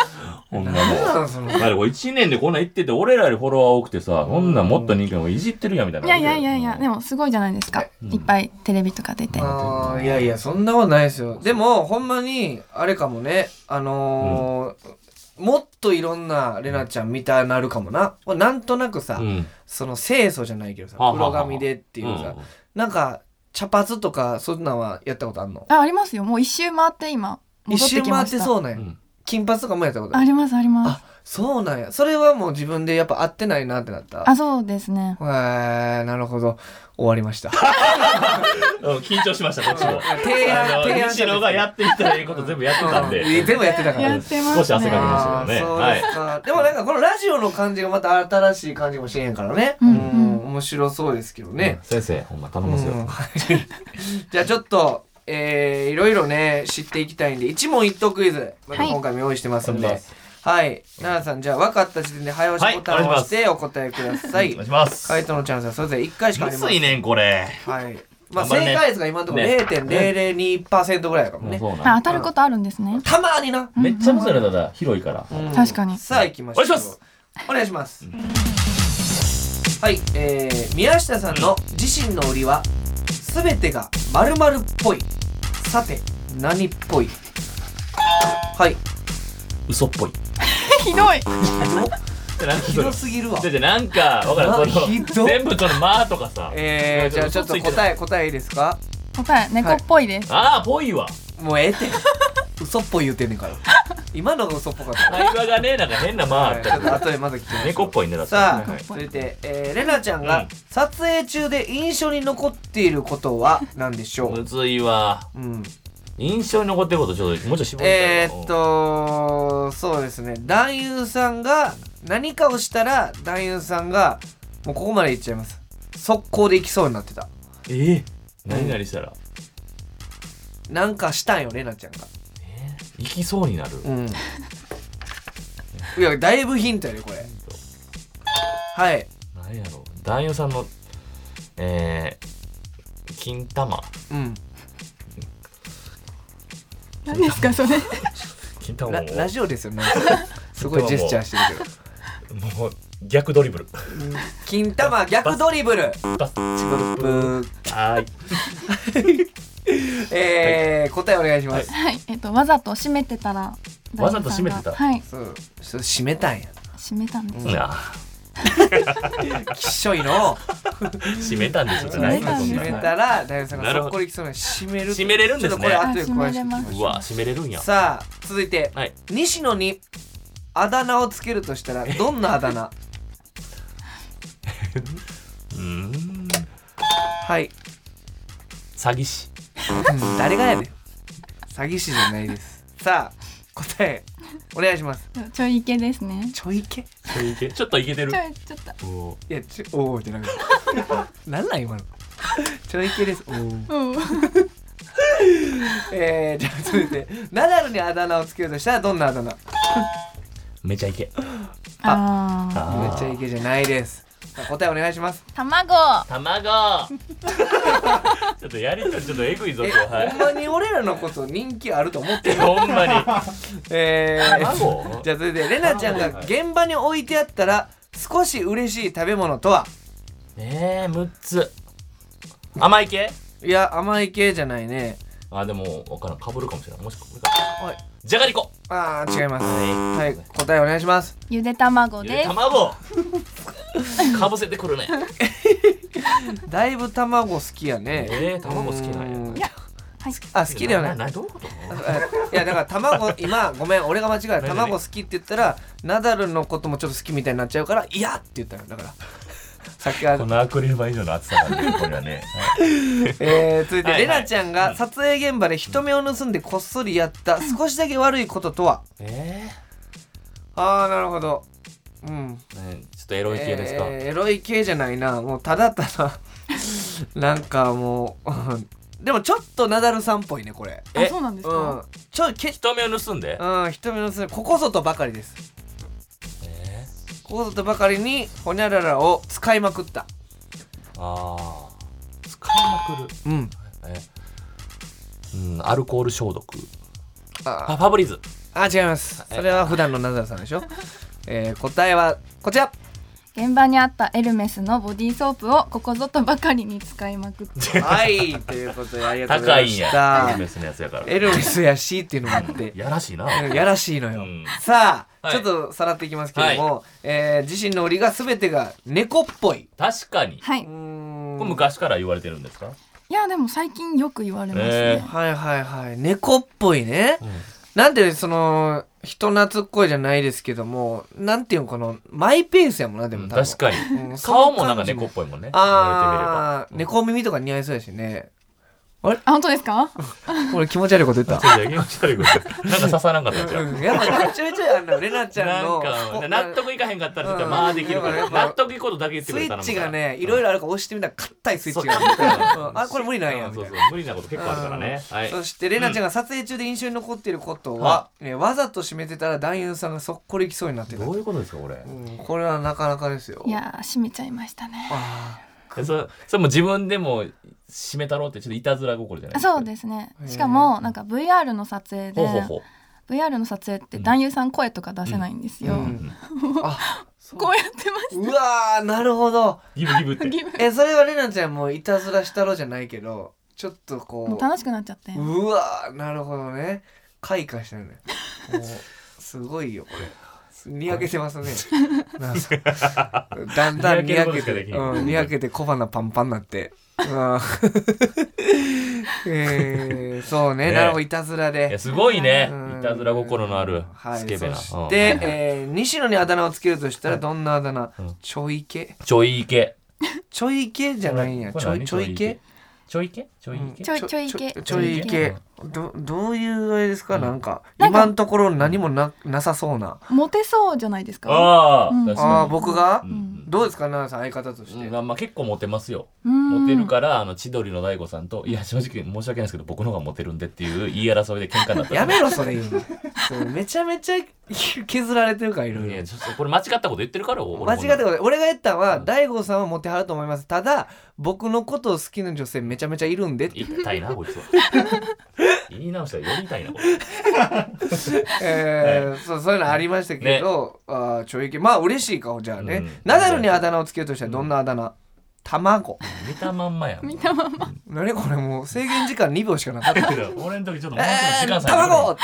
[SPEAKER 2] ほんまも
[SPEAKER 3] 何
[SPEAKER 2] う
[SPEAKER 3] なのその
[SPEAKER 2] だってこれ1年でこんな言ってて俺らよりフォロワー多くてさこんなんもっと人気もいじってるやんみたい
[SPEAKER 4] す。
[SPEAKER 2] ない
[SPEAKER 4] やいやいやいや、でもすごいじゃないですか。いっぱいテレビとか出て。
[SPEAKER 3] あーいやいやそんなことないですよでもほんまにあれかもねあのーもっといろんなレナちゃんみたいなるかもななんとなくさ、
[SPEAKER 2] うん
[SPEAKER 3] その清楚じゃないけどさ
[SPEAKER 2] はあはあ
[SPEAKER 3] 黒
[SPEAKER 2] はあ
[SPEAKER 3] 髪でっていうさ、
[SPEAKER 2] うん
[SPEAKER 3] なんか茶髪とかそんなんはやったことあんの
[SPEAKER 4] あ、ありますよ。もう一周回って今、
[SPEAKER 3] 一
[SPEAKER 4] 戻って
[SPEAKER 3] 周
[SPEAKER 4] きま
[SPEAKER 3] 回
[SPEAKER 4] し。
[SPEAKER 3] ったてそうなんや、
[SPEAKER 2] うん
[SPEAKER 3] 金髪とかもやったことあ
[SPEAKER 4] あ
[SPEAKER 3] る
[SPEAKER 4] りますあります。
[SPEAKER 3] そうなんやそれはもう自分でやっぱ合ってないなってなった
[SPEAKER 4] あ、そうですね。
[SPEAKER 3] へえなるほど終わりました
[SPEAKER 2] うん緊張しましたこっちも
[SPEAKER 3] 提案
[SPEAKER 2] あ
[SPEAKER 3] 提
[SPEAKER 2] の
[SPEAKER 3] 案
[SPEAKER 2] 西野がやっていたらいいこと全部やってたんで
[SPEAKER 3] うん全部やってたから
[SPEAKER 4] やってますね。
[SPEAKER 2] 少し汗かきました
[SPEAKER 3] ああー、
[SPEAKER 2] け
[SPEAKER 3] そ
[SPEAKER 2] どね
[SPEAKER 3] うですか、でもなんかこのラジオの感じがまた新しい感じもしれへんからね、う
[SPEAKER 4] うんん
[SPEAKER 3] 面白そうですけどね、
[SPEAKER 2] 先生ほんま頼
[SPEAKER 3] うん
[SPEAKER 2] ますよ
[SPEAKER 3] はい じゃあちょっとえー、いろいろね知っていきたいんで一問一答クイズまた
[SPEAKER 4] はい
[SPEAKER 3] 今回も用意してますんで、
[SPEAKER 2] お
[SPEAKER 3] は
[SPEAKER 2] 願
[SPEAKER 3] い
[SPEAKER 2] いし
[SPEAKER 3] 奈良さんじゃあ分かった時点で早押しボタンを押してお答えくださ
[SPEAKER 2] お
[SPEAKER 3] い
[SPEAKER 2] 願いします
[SPEAKER 3] 回答のチャンスはそれぞれ1回しかあ
[SPEAKER 2] む
[SPEAKER 3] りま
[SPEAKER 2] ず
[SPEAKER 3] せ
[SPEAKER 2] い
[SPEAKER 3] ん、
[SPEAKER 2] ねんこれ
[SPEAKER 3] はいまあ、
[SPEAKER 2] 頑張るね
[SPEAKER 3] 正解率が今のところ
[SPEAKER 2] ね
[SPEAKER 3] 0.002%ぐらいだからね
[SPEAKER 2] そう
[SPEAKER 4] あ当たることあるんですね。
[SPEAKER 3] たまーにな、
[SPEAKER 2] めっちゃむずいねただ広いから
[SPEAKER 3] うん
[SPEAKER 4] 確かに
[SPEAKER 3] さあ行きましょう
[SPEAKER 2] お願いします
[SPEAKER 3] お願いしますはいえー、宮下さんの自身の売りは全てが〇〇っぽいさて何っぽい はい
[SPEAKER 2] 嘘っぽい
[SPEAKER 4] ひどい。
[SPEAKER 2] なんか
[SPEAKER 3] ひ
[SPEAKER 2] それ
[SPEAKER 3] どすぎるわ
[SPEAKER 2] だってなんかわから
[SPEAKER 3] うわ
[SPEAKER 2] んそ
[SPEAKER 3] ひど
[SPEAKER 2] の全部その「ま」とかさ
[SPEAKER 3] えー、じゃあちょっと答
[SPEAKER 2] え
[SPEAKER 3] え答えいいですか
[SPEAKER 4] 答え、猫っぽいです。
[SPEAKER 2] ああぽいわ
[SPEAKER 3] もうええって 嘘っぽい言うてんねんから今のが嘘っぽかった、
[SPEAKER 2] 会話がねなんか変な「ま」あ
[SPEAKER 3] は
[SPEAKER 2] っ
[SPEAKER 3] い、
[SPEAKER 2] た
[SPEAKER 3] ちょっ
[SPEAKER 2] りと
[SPEAKER 3] と
[SPEAKER 2] か
[SPEAKER 3] 後でまだ聞きましょう
[SPEAKER 2] 猫っぽいねだって
[SPEAKER 3] さ
[SPEAKER 2] はい
[SPEAKER 3] あ
[SPEAKER 2] はい
[SPEAKER 3] 続いて、えー、レナちゃん
[SPEAKER 2] う
[SPEAKER 3] が
[SPEAKER 2] ん
[SPEAKER 3] 撮影中で印象に残っていることは何でしょう
[SPEAKER 2] む、ずいわ
[SPEAKER 3] うん、
[SPEAKER 2] 印象に残ってることちょっともうちょい絞りたいな
[SPEAKER 3] えー、っとそうですね男優さんが何かをしたら男優さんがもうここまでいっちゃいます速攻でいきそうになってた
[SPEAKER 2] うんえー何々したら
[SPEAKER 3] なんかしたんよレナちゃんが
[SPEAKER 2] 行きそうになる
[SPEAKER 3] うんいやだいぶヒントやねこれはい
[SPEAKER 2] 何やろう男優さんのえー金玉
[SPEAKER 3] うん
[SPEAKER 4] 何ですか、それ。
[SPEAKER 2] 金玉
[SPEAKER 3] ラ
[SPEAKER 2] を
[SPEAKER 3] ラジオ ですよなんかすごいジェスチャーしてるけど
[SPEAKER 2] もう逆ドリブル
[SPEAKER 3] 金玉逆ドリブル
[SPEAKER 2] バス
[SPEAKER 3] ブー
[SPEAKER 2] はい
[SPEAKER 3] えー答えお願いします、
[SPEAKER 4] はい、えっと、わざと閉めてたら。
[SPEAKER 2] わざと閉めてた
[SPEAKER 4] はい、
[SPEAKER 3] そうそう締めたんや
[SPEAKER 4] 閉めたんです。
[SPEAKER 2] なあ
[SPEAKER 3] きっしょいのを
[SPEAKER 2] 閉めたんでしょじゃない
[SPEAKER 4] 閉
[SPEAKER 2] の
[SPEAKER 4] めた
[SPEAKER 2] そ
[SPEAKER 4] ん
[SPEAKER 2] んな
[SPEAKER 4] です
[SPEAKER 3] 閉めたら大悟さんが
[SPEAKER 2] なる
[SPEAKER 3] そ
[SPEAKER 2] ほど
[SPEAKER 3] こできそうなのに閉める
[SPEAKER 2] 閉めれるんですね
[SPEAKER 3] ちょっとこれ後で詳しく聞き
[SPEAKER 4] あ閉めれ
[SPEAKER 3] ま
[SPEAKER 4] ま
[SPEAKER 3] し
[SPEAKER 2] うわ閉めれるんや
[SPEAKER 3] ょうさあ続いて
[SPEAKER 2] はい
[SPEAKER 3] 西野にあだ名をつけるとしたらどんなあだ名
[SPEAKER 2] うーん
[SPEAKER 3] はい、
[SPEAKER 2] 詐欺師
[SPEAKER 3] うん誰がやねん詐欺師じゃないですさあ答えお願いします
[SPEAKER 4] ちょいイケですね。
[SPEAKER 3] ちょいけい
[SPEAKER 2] これいけちょっといけてる
[SPEAKER 4] ちょい、ちょっと。
[SPEAKER 2] おー
[SPEAKER 3] やちょおーじゃなくてなんなん今のちょいけですおー
[SPEAKER 4] うん。
[SPEAKER 3] えー、じゃあ続いてナダルにあだ名をつけるとしたらどんなあだ名め
[SPEAKER 2] めちゃいけ
[SPEAKER 4] ああ。
[SPEAKER 2] あ
[SPEAKER 3] っちゃ
[SPEAKER 2] ー
[SPEAKER 3] イケじゃないですさあ答えお願いします
[SPEAKER 4] 卵。
[SPEAKER 2] 卵ちょっとやりとりちょっとエグいぞ
[SPEAKER 3] え、
[SPEAKER 2] 今日は
[SPEAKER 3] ほん
[SPEAKER 2] い
[SPEAKER 3] まに俺らのこと人気あると思ってる
[SPEAKER 2] ほんまに
[SPEAKER 3] えー、
[SPEAKER 2] 卵
[SPEAKER 3] じゃあ続いてレナちゃんが現場に置いてあったら少し嬉しい食べ物とは
[SPEAKER 2] ねえ6つ甘い系
[SPEAKER 3] いや甘い系じゃないね
[SPEAKER 2] あでも分からんかぶるかもしれないもしかこれか
[SPEAKER 3] はい
[SPEAKER 2] じゃがりこ
[SPEAKER 3] あー違います
[SPEAKER 2] は
[SPEAKER 3] はい答えお願いします
[SPEAKER 4] ゆで卵
[SPEAKER 2] ゆで
[SPEAKER 4] です。
[SPEAKER 2] 卵かぶせてくるね
[SPEAKER 3] だいぶ卵好きやね
[SPEAKER 2] えー卵好きなん
[SPEAKER 3] うん
[SPEAKER 2] や
[SPEAKER 4] はい
[SPEAKER 3] あ好きだよね
[SPEAKER 2] ななどういうこと
[SPEAKER 3] いやだから卵今ごめん俺が間違えた
[SPEAKER 2] 何々
[SPEAKER 3] 卵好きって言ったらナダルのこともちょっと好きみたいになっちゃうから「いや!」って言ったのだから さっきあ
[SPEAKER 6] こ
[SPEAKER 3] の、
[SPEAKER 6] のアクリル板以上の厚さなんでこれはね、はい
[SPEAKER 3] えー、続いて
[SPEAKER 2] はいは
[SPEAKER 3] レ
[SPEAKER 2] い
[SPEAKER 3] ナちゃんが撮影現場で人目を盗んでこっそりやった少しだけ悪いこととは
[SPEAKER 2] え
[SPEAKER 3] あーなるほどうん
[SPEAKER 2] えちょっとエロい系ですか
[SPEAKER 3] えーエロい系じゃないなもうただただ なんかもううんでもちょっとナダルさんっぽいねこれ
[SPEAKER 4] あそうなんです
[SPEAKER 3] う
[SPEAKER 4] か
[SPEAKER 3] んちょけ
[SPEAKER 2] 人目を盗んで
[SPEAKER 3] うん人目のすここぞとばかりです
[SPEAKER 2] え
[SPEAKER 3] ここぞとばかりにホニャララを使いまくった
[SPEAKER 2] ーあー使いまくる
[SPEAKER 3] うん
[SPEAKER 2] えうんアルコール消毒あ
[SPEAKER 3] あ
[SPEAKER 2] ファブリーズ
[SPEAKER 3] あ違いますそれは普段のナダルさんでしょえー、答えはこ ちら
[SPEAKER 4] 現場にあったエルメスのボディーソープをここぞとばかりに使いまくって
[SPEAKER 3] はいということでありがとうご
[SPEAKER 2] 高
[SPEAKER 3] ざいま
[SPEAKER 2] いん
[SPEAKER 3] し
[SPEAKER 2] やエ
[SPEAKER 3] た
[SPEAKER 2] ルメスのやつやから
[SPEAKER 3] エルメスやしっていうのもあ って
[SPEAKER 2] やらしいな
[SPEAKER 3] やらしいのよ、
[SPEAKER 2] うん
[SPEAKER 3] さあ、
[SPEAKER 2] はい
[SPEAKER 3] ちょっとさらっていきますけども、えー自身の檻が全てが猫っぽい
[SPEAKER 2] 確かに
[SPEAKER 4] はいう
[SPEAKER 3] ーん
[SPEAKER 2] これ昔から言われてるんですか
[SPEAKER 4] いやでも最近よく言われますね、
[SPEAKER 2] え
[SPEAKER 3] はいはいはい猫っぽいね、
[SPEAKER 2] ん
[SPEAKER 3] なんでその人懐っこいじゃないですけどもなんていうのかなマイペースやもんなでも多分
[SPEAKER 2] 確かに
[SPEAKER 3] うんそ
[SPEAKER 2] 顔
[SPEAKER 3] の感じ
[SPEAKER 2] もなんか猫っぽいもんね
[SPEAKER 3] ああ
[SPEAKER 2] 言われてみれば
[SPEAKER 3] 猫耳とか似合いそうやしね
[SPEAKER 4] あ本当で すか
[SPEAKER 3] 俺気持ち悪いこと言った
[SPEAKER 2] ちょっとやりましたよこれなんか刺さらんかったじゃん
[SPEAKER 3] うんやっぱちょいちょいあのレナちゃん
[SPEAKER 2] なん
[SPEAKER 3] の
[SPEAKER 2] か
[SPEAKER 3] こ
[SPEAKER 2] 納得いかへんかったら
[SPEAKER 3] うん
[SPEAKER 2] まあできるか
[SPEAKER 3] や
[SPEAKER 2] ら
[SPEAKER 3] っぱ
[SPEAKER 2] 納得いくことだけ言って
[SPEAKER 3] ス
[SPEAKER 2] く
[SPEAKER 3] イ
[SPEAKER 2] れたら
[SPEAKER 3] ッチがね
[SPEAKER 2] み
[SPEAKER 3] い
[SPEAKER 2] たな
[SPEAKER 3] ろいろあるから押してみたら硬いスイッチがあ
[SPEAKER 2] う
[SPEAKER 3] る
[SPEAKER 2] ん
[SPEAKER 3] うんあこれ無理なんや
[SPEAKER 2] うん
[SPEAKER 3] み
[SPEAKER 2] そ
[SPEAKER 3] たいうな
[SPEAKER 2] そう無理なこと結構あるからねはい
[SPEAKER 3] そしてレナちゃんが撮影中で印象に残っていることは
[SPEAKER 2] は、
[SPEAKER 3] ねわざと締めてたら男優さんが速攻できそうになってた、
[SPEAKER 6] どういうことですかこれ
[SPEAKER 3] うんこれはなかなかですよ
[SPEAKER 4] いやー閉めちゃいましたね
[SPEAKER 3] あ
[SPEAKER 2] えそそれも自分でも締めたろうってちょっといたずら心じゃない
[SPEAKER 4] あ
[SPEAKER 2] ですか
[SPEAKER 4] そうですねしかもなんか VR の撮影で
[SPEAKER 2] ほうほうほう
[SPEAKER 4] VR の撮影って男優さん声とか出せないんです
[SPEAKER 3] ー
[SPEAKER 4] よ、
[SPEAKER 3] うんあ
[SPEAKER 4] こうやって ま
[SPEAKER 3] うわーなるほど
[SPEAKER 2] ギブギ ブって
[SPEAKER 4] 義務
[SPEAKER 3] えそれはレナちゃんもいたずらしたろじゃないけどちょっと
[SPEAKER 4] も
[SPEAKER 3] こ
[SPEAKER 4] う
[SPEAKER 3] う
[SPEAKER 4] 楽しくなっちゃって
[SPEAKER 3] うわーなるほどね開花したねもうすごいよこれにやけてますねなんかだんだんに
[SPEAKER 2] に
[SPEAKER 3] や
[SPEAKER 2] やけること
[SPEAKER 3] け
[SPEAKER 2] しか
[SPEAKER 3] て
[SPEAKER 2] できん
[SPEAKER 3] うんにやけて小鼻パンパンになってうん えーそうね
[SPEAKER 2] ね
[SPEAKER 3] なるほどいたずら
[SPEAKER 2] いや
[SPEAKER 3] です
[SPEAKER 2] ごいね
[SPEAKER 3] うん
[SPEAKER 2] いたずら心のある
[SPEAKER 3] はい
[SPEAKER 2] スケベな
[SPEAKER 3] そして、えー西野にあだ名をつけるとしたらどんなあだ名、
[SPEAKER 2] うん
[SPEAKER 3] ちょいけ
[SPEAKER 2] ちょいイケ
[SPEAKER 3] ちょいけじゃないんや
[SPEAKER 2] これ
[SPEAKER 3] ちょ
[SPEAKER 2] これ
[SPEAKER 3] い
[SPEAKER 2] 何
[SPEAKER 3] ちょいけ
[SPEAKER 2] ちょいイケちょいイケ
[SPEAKER 4] ちょいちょいけ
[SPEAKER 3] ちょちょいけどどういうあれですか、
[SPEAKER 2] うん
[SPEAKER 3] なんか
[SPEAKER 4] なんか
[SPEAKER 3] 今のところ何もななさそうな
[SPEAKER 4] モテそうじゃないですか
[SPEAKER 2] ああ
[SPEAKER 4] うん
[SPEAKER 2] 確
[SPEAKER 3] ああ
[SPEAKER 2] か
[SPEAKER 3] 僕が、
[SPEAKER 2] にうん
[SPEAKER 3] どうですか奈々さん相方として、
[SPEAKER 2] うんまあまあ結構モテますよ
[SPEAKER 4] モ
[SPEAKER 2] モテるからあの千鳥の大悟さんといや正直申し訳ないですけど僕の方がモテるんでっていう言い争いで喧嘩になっ た
[SPEAKER 3] やめろそれ言うのそれめちゃめちゃ削られてるからいろい
[SPEAKER 2] い
[SPEAKER 3] ろ
[SPEAKER 2] やちょっとこれ間違ったこと言ってるから俺も
[SPEAKER 3] 間違ってこと俺が言ったのは大悟さんはモテはると思いますただ僕のことを好きな女性めちゃめちゃいるんでって
[SPEAKER 2] 痛いなこいつは言い直したらより痛いなこれ
[SPEAKER 3] えーそうそういうのありましたけど、あーちょいけまあ嬉しい顔じゃあね、
[SPEAKER 2] うん
[SPEAKER 3] ナダルにあだ名をつけるとしたらどんなあだ名、卵
[SPEAKER 2] 見たまんまやん
[SPEAKER 4] 見たまんま
[SPEAKER 3] 何これもう制限時間2秒しかなかった
[SPEAKER 2] けど俺の時 ちょっともう
[SPEAKER 3] え
[SPEAKER 2] ちょ
[SPEAKER 3] ー、
[SPEAKER 2] っと時間差
[SPEAKER 3] 卵って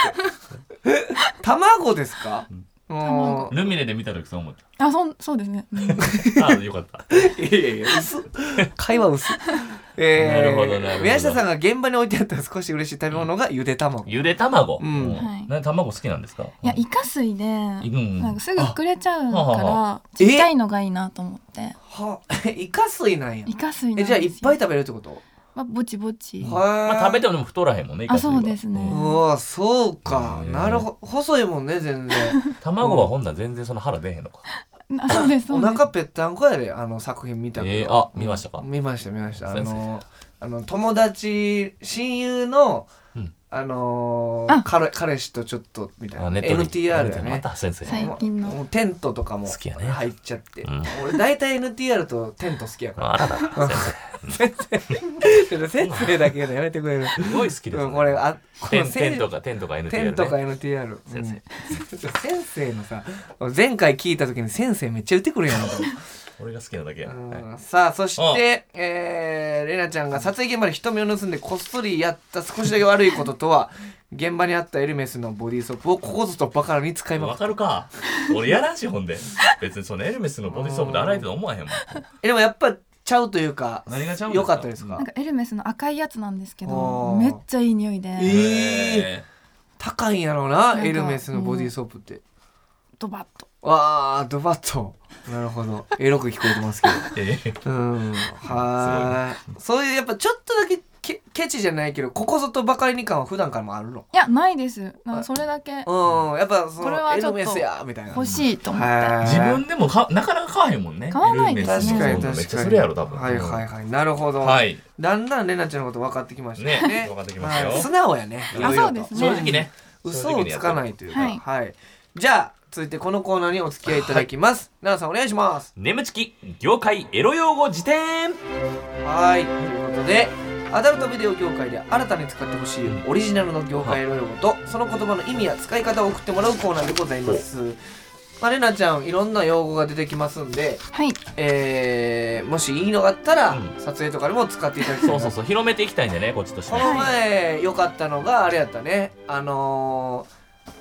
[SPEAKER 3] 卵ですかうん
[SPEAKER 2] ルミネで見た時そう思っ
[SPEAKER 4] あそんそうですね、うん
[SPEAKER 2] たああよかった
[SPEAKER 3] いやいやいや薄会話 薄えー、
[SPEAKER 2] なるほどなるほど
[SPEAKER 3] 宮下さんが現場に置いてあった少し嬉しい食べ物がゆで卵、
[SPEAKER 2] ゆで卵
[SPEAKER 3] うん
[SPEAKER 4] はい
[SPEAKER 2] な卵好きなんですか
[SPEAKER 4] いやイカ水で
[SPEAKER 2] ん
[SPEAKER 4] なんかすぐ膨れちゃう
[SPEAKER 2] あはは
[SPEAKER 4] からちっちゃいのがいいなと思って
[SPEAKER 3] は イカ水なんや
[SPEAKER 4] イカ水なん
[SPEAKER 3] え
[SPEAKER 4] です
[SPEAKER 3] じゃ
[SPEAKER 4] よ
[SPEAKER 3] あいっぱい食べるってこと、
[SPEAKER 4] まあぼちぼち
[SPEAKER 2] まあ食べ
[SPEAKER 3] て
[SPEAKER 2] てもでも太らへんもんねイカ
[SPEAKER 4] あ
[SPEAKER 2] 水は
[SPEAKER 4] そうですね
[SPEAKER 3] うわそうか、
[SPEAKER 2] うん
[SPEAKER 3] なるほど細いもんね全然
[SPEAKER 2] 卵はほんなら全然その腹出へんのか
[SPEAKER 4] あそうですそ
[SPEAKER 3] お
[SPEAKER 4] うです
[SPEAKER 3] 腹ぺったんこやであの作品見たけど、
[SPEAKER 2] えーあ見ましたか
[SPEAKER 3] 見ました見ましたあ
[SPEAKER 2] 先生
[SPEAKER 3] のあの友達親友の、
[SPEAKER 2] うん
[SPEAKER 3] あの
[SPEAKER 4] あ
[SPEAKER 3] 彼彼氏とちょっとみたい
[SPEAKER 2] あ
[SPEAKER 3] な
[SPEAKER 2] ネットで
[SPEAKER 3] NTR だ
[SPEAKER 2] ま
[SPEAKER 3] ね
[SPEAKER 2] た先生
[SPEAKER 4] 最近の
[SPEAKER 3] もうテントとかも
[SPEAKER 2] 好きやね
[SPEAKER 3] 入っちゃって、
[SPEAKER 2] うん
[SPEAKER 3] 俺大体 NTR とテント好きやから
[SPEAKER 2] あらら先生
[SPEAKER 3] ちょっと 先生だけやだやめてくれる
[SPEAKER 2] すごい好きです
[SPEAKER 3] う
[SPEAKER 2] ね
[SPEAKER 3] んこれあこ
[SPEAKER 2] テ
[SPEAKER 3] の
[SPEAKER 2] ン
[SPEAKER 3] 先
[SPEAKER 2] テンとかテンとか NTR ね
[SPEAKER 3] テンとか NTR うん
[SPEAKER 2] 先
[SPEAKER 3] 先生のさ前回聞いた時に先生めっちゃ言ってくるやん
[SPEAKER 2] 俺が好きなだけやはい
[SPEAKER 3] うんさあそして、えー、レナちゃんが撮影現場で人目を盗んでこっそりやった少しだけ悪いこととは 現場にあったエルメスのボディーソープをここぞとばかりに使いま
[SPEAKER 2] わ
[SPEAKER 3] く
[SPEAKER 2] かるか俺やらんしほんで別にそのエルメスのボディーソープで洗えてると思わへんもん
[SPEAKER 3] えでもやっぱちちゃうというか
[SPEAKER 2] 何がちゃうんですか
[SPEAKER 3] 良かったですか
[SPEAKER 4] なんかエルメスの赤いやつなんですけ
[SPEAKER 3] あ
[SPEAKER 4] ど
[SPEAKER 3] ー
[SPEAKER 4] めっちゃいい匂いで、
[SPEAKER 3] ええ高いんやろうな
[SPEAKER 4] なんか
[SPEAKER 3] エルメスのボディーソープって、
[SPEAKER 4] ドバッと
[SPEAKER 3] わードバッとなるほどエロく聞こえてますけど
[SPEAKER 2] ええ
[SPEAKER 3] うんはーいそういうやっぱちょっとだけケケチじゃないけどここぞとばかりに感は普段からもあるの
[SPEAKER 4] いやないですなんかそれだけ
[SPEAKER 3] うんやっぱそ
[SPEAKER 4] これ
[SPEAKER 3] の
[SPEAKER 4] は
[SPEAKER 3] エ
[SPEAKER 4] ちょ
[SPEAKER 3] ル
[SPEAKER 4] っと
[SPEAKER 3] メスやみたいな
[SPEAKER 4] 欲しいと思って、
[SPEAKER 3] はーい
[SPEAKER 2] 自分でもかなかなか買わへんもんね。
[SPEAKER 4] 買わない
[SPEAKER 2] エルメ
[SPEAKER 4] で
[SPEAKER 2] ス
[SPEAKER 4] すね
[SPEAKER 3] 確か
[SPEAKER 2] そう
[SPEAKER 3] に確か
[SPEAKER 2] そう
[SPEAKER 3] に
[SPEAKER 2] めっちゃそれやろ多分。
[SPEAKER 3] はいはい
[SPEAKER 2] い。
[SPEAKER 3] はいなるほど、
[SPEAKER 2] はい。
[SPEAKER 3] だんだんレナちゃんのこと分かってきました
[SPEAKER 2] ね分かってきましたよ
[SPEAKER 3] はい素直やね
[SPEAKER 2] あ
[SPEAKER 4] そうですね
[SPEAKER 2] 正直ね。
[SPEAKER 3] 嘘をつかないというかは、
[SPEAKER 4] はいい
[SPEAKER 3] じゃあ続いてこのコーナーにお付き合いいただきます奈々、さんお願いします
[SPEAKER 2] 眠ちき業界エロ用語辞典。
[SPEAKER 3] はいということでアダルトビデオ業界で新たに使ってほしいオリジナルの業界エロ用語とその言葉の意味や使い方を送ってもらうコーナーでございますまあ、レナちゃんいろんな用語が出てきますんで、
[SPEAKER 4] はい
[SPEAKER 3] えー、もしいいのがあったら、
[SPEAKER 2] うん
[SPEAKER 3] 撮影とかでも使っていただきたいな
[SPEAKER 2] そうそうそう広めていきたいんでねこっちとして
[SPEAKER 3] こ
[SPEAKER 2] ね。
[SPEAKER 3] の前良かったのがあれやったねあの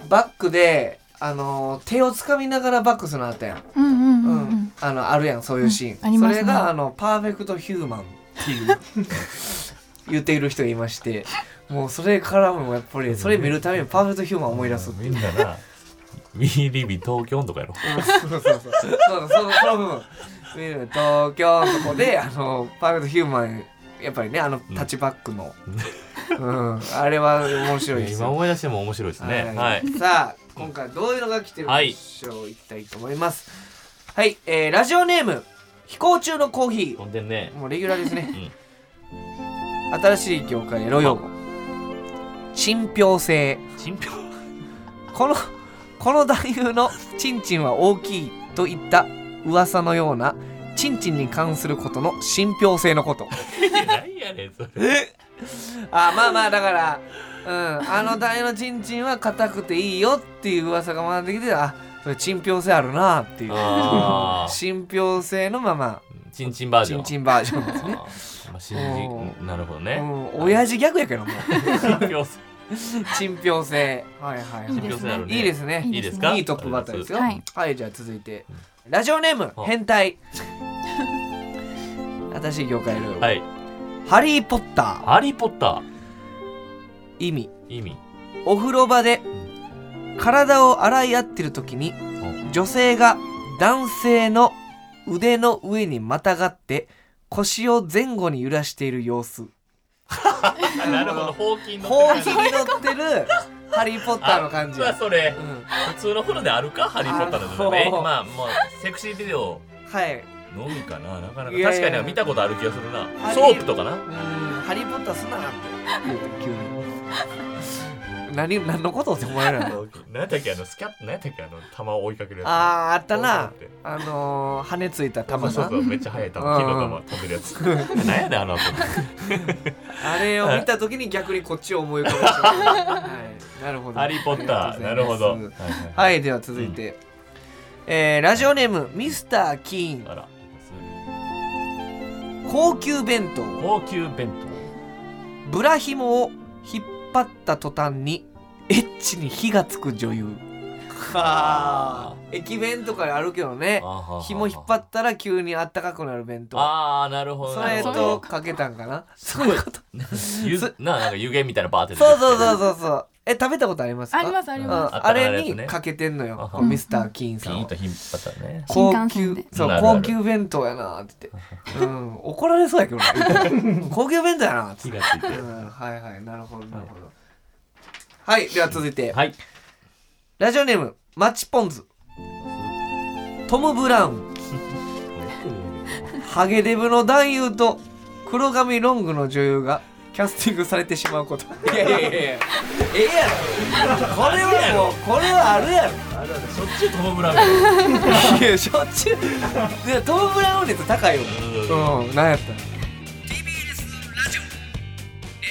[SPEAKER 3] ー、バックで、あのー、手をつかみながらバックするのあったやん、
[SPEAKER 4] うんう
[SPEAKER 3] う
[SPEAKER 4] んうんんうん
[SPEAKER 3] あのあるやんそういうシーン、
[SPEAKER 4] うんありますね
[SPEAKER 3] それがあのパーフェクトヒューマンっていう 言っている人がいましてもうそれからもやっぱりそれ見るためにパーフェクトヒューマンを思い出すって
[SPEAKER 2] み
[SPEAKER 3] いうん
[SPEAKER 2] なな。ウィーリビ東京とかやろ。
[SPEAKER 3] そうそうそうそうそうその部分見る東京のとこであのパーフェクトヒューマンやっぱりねあのタッチバックの、うん、あれは面白いですよ
[SPEAKER 2] 今思い出しても面白いですね。はい。
[SPEAKER 3] さあ今回どういうのが来てるでしょう、い、きたいと思いますはい、えー、ラジオネーム飛行中のコーヒ
[SPEAKER 2] 飛んでんね
[SPEAKER 3] ー。もうレギュラーですね、新しい業界エロ用語信憑性
[SPEAKER 2] 信憑。
[SPEAKER 3] このこの男優のチンチンは大きいといった噂のようなチンチンに関することの信憑性のこと
[SPEAKER 2] 何やねんそれ。
[SPEAKER 3] あまあまあだから、うん、あの台のチンチンは硬くていいよっていう噂が回ってきてあそれチンピョ性あるなっていう
[SPEAKER 2] ああ。
[SPEAKER 3] 信憑性のまま
[SPEAKER 2] チンチンバージ
[SPEAKER 3] チ
[SPEAKER 2] ョン。
[SPEAKER 3] ンチンバー ジョンですね
[SPEAKER 2] あーまあ信じなるほどね。
[SPEAKER 3] うん親父ギャグやけど もう
[SPEAKER 2] 信憑性
[SPEAKER 3] チンピョ性はいはいは
[SPEAKER 4] い
[SPEAKER 3] い
[SPEAKER 4] ですね
[SPEAKER 2] あるね。
[SPEAKER 3] いいですね
[SPEAKER 2] いいですか。
[SPEAKER 3] いいトップバッターですよ
[SPEAKER 4] は
[SPEAKER 3] はいい、じゃあ続いてラジオネーム
[SPEAKER 2] あ
[SPEAKER 3] 変態新しい業界ルール、
[SPEAKER 2] はい。
[SPEAKER 3] ハリー・ポッタ
[SPEAKER 2] ハリーポッタ
[SPEAKER 3] ー意味
[SPEAKER 2] ー意味。
[SPEAKER 3] お風呂場で体を洗い合ってる時に女性が男性の腕の上にまたがって腰を前後に揺らしている様子
[SPEAKER 2] あなるほど。ほうきんの。
[SPEAKER 3] ほうきに乗ってるハリー・ポッターの感じ
[SPEAKER 2] あまあそれ
[SPEAKER 3] う。ん
[SPEAKER 2] 普通の風呂であるかハリー・ポッターのね
[SPEAKER 3] あの
[SPEAKER 2] まあまあセクシービデオ
[SPEAKER 3] はい
[SPEAKER 2] のみかななかなか
[SPEAKER 3] いやいや
[SPEAKER 2] 確かになんか見たことある気がするな
[SPEAKER 3] リー
[SPEAKER 2] ソープとかな
[SPEAKER 3] うんハリー・ポッターすんなって言うて急に何何のことって思われるの
[SPEAKER 2] 何やったっけあのスキャッ何やったっけあの玉を追いかけるや つ
[SPEAKER 3] あーあったな
[SPEAKER 2] そうそう
[SPEAKER 3] あのー、羽ついた
[SPEAKER 2] そう
[SPEAKER 3] 玉
[SPEAKER 2] そう
[SPEAKER 3] な
[SPEAKER 2] そうめっちゃ速い球金
[SPEAKER 3] うん
[SPEAKER 2] の球飛んでるやつ何やねんあ の遊び
[SPEAKER 3] あれを見た時に逆にこっちを思い浮かべちゃう、はい、なるほど
[SPEAKER 2] ハリー・ポッタ
[SPEAKER 3] あ
[SPEAKER 2] ー
[SPEAKER 3] り
[SPEAKER 2] な
[SPEAKER 3] がと
[SPEAKER 2] る
[SPEAKER 3] うござ
[SPEAKER 2] ほど
[SPEAKER 3] い
[SPEAKER 2] は
[SPEAKER 3] ます
[SPEAKER 2] い
[SPEAKER 3] は
[SPEAKER 2] はい
[SPEAKER 3] いでは続いて、えーラジオネームミスター・キーン
[SPEAKER 2] あら
[SPEAKER 3] 高級弁当
[SPEAKER 2] 高級弁
[SPEAKER 3] ブラ紐を引っ張った途端にエッチに火がつく女優はあ駅弁とかであるけどね
[SPEAKER 2] 当あーはーはーはー
[SPEAKER 3] 紐引っ張ったら急にあったかくなる弁当
[SPEAKER 2] ああなるほど
[SPEAKER 3] そ
[SPEAKER 2] な
[SPEAKER 3] れ
[SPEAKER 2] るほ
[SPEAKER 3] と
[SPEAKER 2] ど
[SPEAKER 3] かけたんかなそういうこと
[SPEAKER 2] ゆずななんか湯気みたいなバーって
[SPEAKER 3] そうそう
[SPEAKER 2] う
[SPEAKER 3] そうそうそうえ食べたことありますか
[SPEAKER 4] ありますあり
[SPEAKER 3] う
[SPEAKER 4] ま
[SPEAKER 3] ん
[SPEAKER 4] す
[SPEAKER 2] あ
[SPEAKER 3] あれ
[SPEAKER 2] あったかいやつ
[SPEAKER 3] に
[SPEAKER 2] ね
[SPEAKER 3] かけてんの
[SPEAKER 2] あは
[SPEAKER 3] よ
[SPEAKER 2] は
[SPEAKER 3] こうミスター・キーン
[SPEAKER 2] ピ
[SPEAKER 3] さん
[SPEAKER 2] ン
[SPEAKER 3] は
[SPEAKER 2] と引っ張ったね
[SPEAKER 3] 高
[SPEAKER 4] 新幹
[SPEAKER 3] 級
[SPEAKER 4] 線で
[SPEAKER 3] そう
[SPEAKER 2] なるある
[SPEAKER 3] 高級弁当やなーって言って、うん、怒られそうやけど な高級弁当やなーって
[SPEAKER 2] 火
[SPEAKER 3] 言っ
[SPEAKER 2] がついて
[SPEAKER 3] て、うん、はいはいなるほどなるほどはいでは続いて、
[SPEAKER 2] はい
[SPEAKER 3] ラジオネームマッチポンズトム・ブラウンハゲデブの男優と黒髪ロングの女優がキャスティングされてしまうこと いやいやいやいやええやろこれはもうこれはあるやろ
[SPEAKER 2] しょっちゅうトム・ブラウン
[SPEAKER 3] いやしょっちゅういやトム・ブラウン率高いようん何やったの TBS ラジオ NMC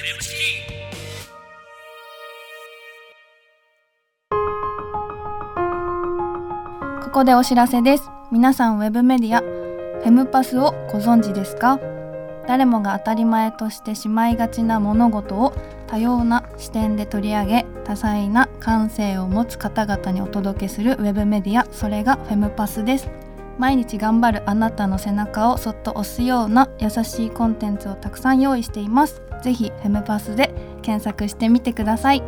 [SPEAKER 4] ここでお知らせです皆さんウェブメディアフェムパスをご存知ですか誰もが当たり前としてしまいがちな物事を多様な視点で取り上げ多彩な感性を持つ方々にお届けするウェブメディアそれがフェムパスです毎日頑張るあなたの背中をそっと押すような優しいコンテンツをたくさん用意していますぜひフェムパスで検索してみてください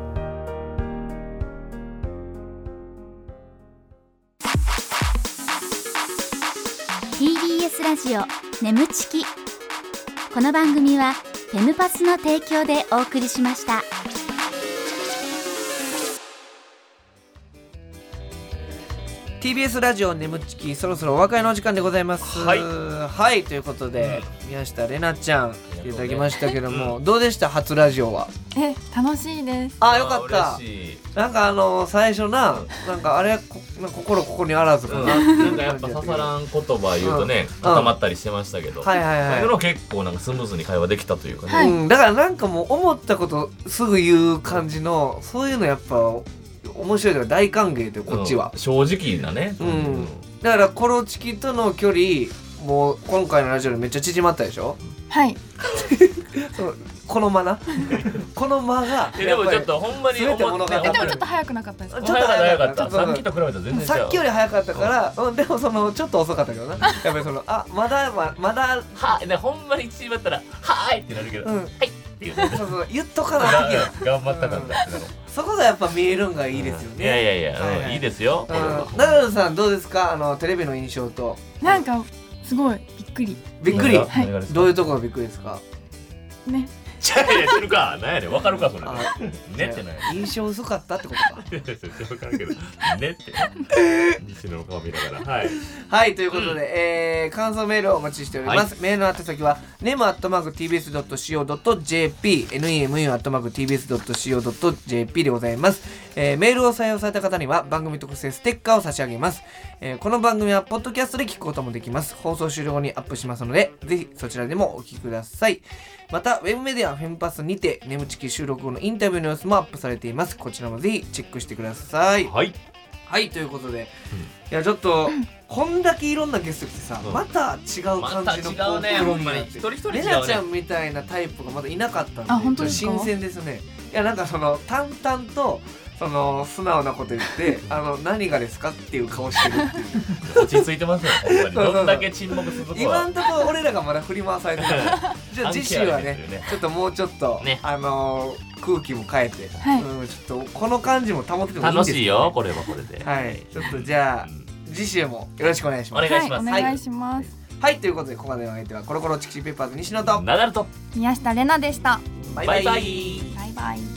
[SPEAKER 5] ー TBS ラジオ眠ちきこの番組はフェムパスの提供でお送りしました
[SPEAKER 3] い TBS ラジオ眠っちきそろそろお別れのお時間でございます
[SPEAKER 2] はい
[SPEAKER 3] はいということで、宮下玲奈ちゃん来ていただきましたけども、どうでした初ラジオは
[SPEAKER 4] え楽しいです
[SPEAKER 3] あよかった
[SPEAKER 2] 嬉しい
[SPEAKER 3] なんかあの最初な、なんかあれこなんか心ここにあらずか
[SPEAKER 2] うん
[SPEAKER 3] な、
[SPEAKER 2] なんかやっぱ刺さらん言葉言うとね
[SPEAKER 3] ん
[SPEAKER 2] 固まったりしてましたけど
[SPEAKER 3] はいはいはい
[SPEAKER 2] 最後の結構なんかスムーズに会話できたというかね
[SPEAKER 4] はい
[SPEAKER 3] うん、だからなんかもう思ったことすぐ言う感じのそういうのやっぱ面白いから大歓迎でこっちは
[SPEAKER 2] うん、正直なね
[SPEAKER 3] うんだからコロチキとの距離もう今回のラジオでめっちゃ縮まったでしょ
[SPEAKER 4] はい
[SPEAKER 3] そうこの 間なこの間が
[SPEAKER 2] えでもち
[SPEAKER 3] やぱ
[SPEAKER 2] ょっ
[SPEAKER 3] り
[SPEAKER 2] とほんまに
[SPEAKER 3] 全て
[SPEAKER 2] 思
[SPEAKER 3] 物
[SPEAKER 2] っ
[SPEAKER 3] 語
[SPEAKER 2] て
[SPEAKER 4] え
[SPEAKER 3] や
[SPEAKER 4] でも
[SPEAKER 3] ぱり
[SPEAKER 4] ちょっと早くなかったです
[SPEAKER 3] ちょっ
[SPEAKER 4] か
[SPEAKER 3] と
[SPEAKER 2] 早かった
[SPEAKER 3] ちょっと
[SPEAKER 2] さっきと比べたら全然違う
[SPEAKER 3] さっきより早かったから、うん、でもそのちょっと遅かったけどなやっぱりそのあまだままだ
[SPEAKER 2] はいでほんまに縮まったら「はーい!」ってなるけど「
[SPEAKER 3] うん
[SPEAKER 2] はい!」っていうね
[SPEAKER 3] そうそう言っとかな
[SPEAKER 2] が
[SPEAKER 3] きゃ
[SPEAKER 2] 頑張った感だってなる
[SPEAKER 3] そこがやっぱ見えるんがいいですよね、
[SPEAKER 2] いやいやいや、
[SPEAKER 3] はい
[SPEAKER 2] いい、いですよ、これは
[SPEAKER 3] うんナダルさんどうですかあのテレビの印象と
[SPEAKER 4] なんかすごいびっくり
[SPEAKER 3] びっくり
[SPEAKER 2] お願いします
[SPEAKER 3] どういうところがびっくりですか
[SPEAKER 4] ね
[SPEAKER 2] ちゃうやってるかなんやねんわかるかそれ
[SPEAKER 3] あ
[SPEAKER 2] ねってない
[SPEAKER 3] 印象薄かったってことか
[SPEAKER 2] いやいや全然わかるけどねって西野の顔見ながらはい
[SPEAKER 3] はいということで、えー感想メールをお待ちしております、メールの宛先は nemu.tbs.co.jp nemu.tbs.co.jp でございます、えーメールを採用された方には番組特製ステッカーを差し上げます、えーこの番組はポッドキャストで聞くこともできます放送終了後にアップしますのでぜひそちらでもお聞きくださいまたウェブメディアフェンパスにて眠ちき収録後のインタビューの様子もアップされていますこちらもぜひチェックしてください
[SPEAKER 2] はい
[SPEAKER 3] はいということで、いやちょっと、こんだけいろんなゲスト来てさ、
[SPEAKER 2] うん
[SPEAKER 3] また違う感じの
[SPEAKER 2] また違うね
[SPEAKER 3] こ
[SPEAKER 2] ほんまに一人一人違うね
[SPEAKER 3] レナちゃんみたいなタイプがまだいなかったんで
[SPEAKER 4] あ本当ですか
[SPEAKER 3] 新鮮ですねいやなんかその淡々とその素直なこと言っ てあの何がですかっていう顔してるっていう
[SPEAKER 2] 落ち着いてますよほんま
[SPEAKER 3] そ
[SPEAKER 2] に
[SPEAKER 3] うそうそう
[SPEAKER 2] どんだけ沈黙続 く
[SPEAKER 3] 今
[SPEAKER 2] わ
[SPEAKER 3] んところ俺らがまだ振り回されてる からじゃあ次週は
[SPEAKER 2] 関係あります
[SPEAKER 3] ね
[SPEAKER 2] よね
[SPEAKER 3] ちょっともうちょっと、
[SPEAKER 2] ね
[SPEAKER 3] あのー空気も変えて、
[SPEAKER 4] はい
[SPEAKER 3] うん、ちょっとこの感じも保っててもいいん
[SPEAKER 2] 楽
[SPEAKER 3] です
[SPEAKER 2] しい
[SPEAKER 3] ね
[SPEAKER 2] よこれはこれで
[SPEAKER 3] はい、ちょっとじゃあ、次週もよろしくお願いします
[SPEAKER 2] お願いします
[SPEAKER 4] はい、お願いします、
[SPEAKER 3] はい、ということでここまでのお相手はコロコロチキチキペッパーズ西野と
[SPEAKER 2] ナダルと
[SPEAKER 4] 宮下玲奈でした
[SPEAKER 3] バイバイ
[SPEAKER 2] バイバイ
[SPEAKER 4] バイバイ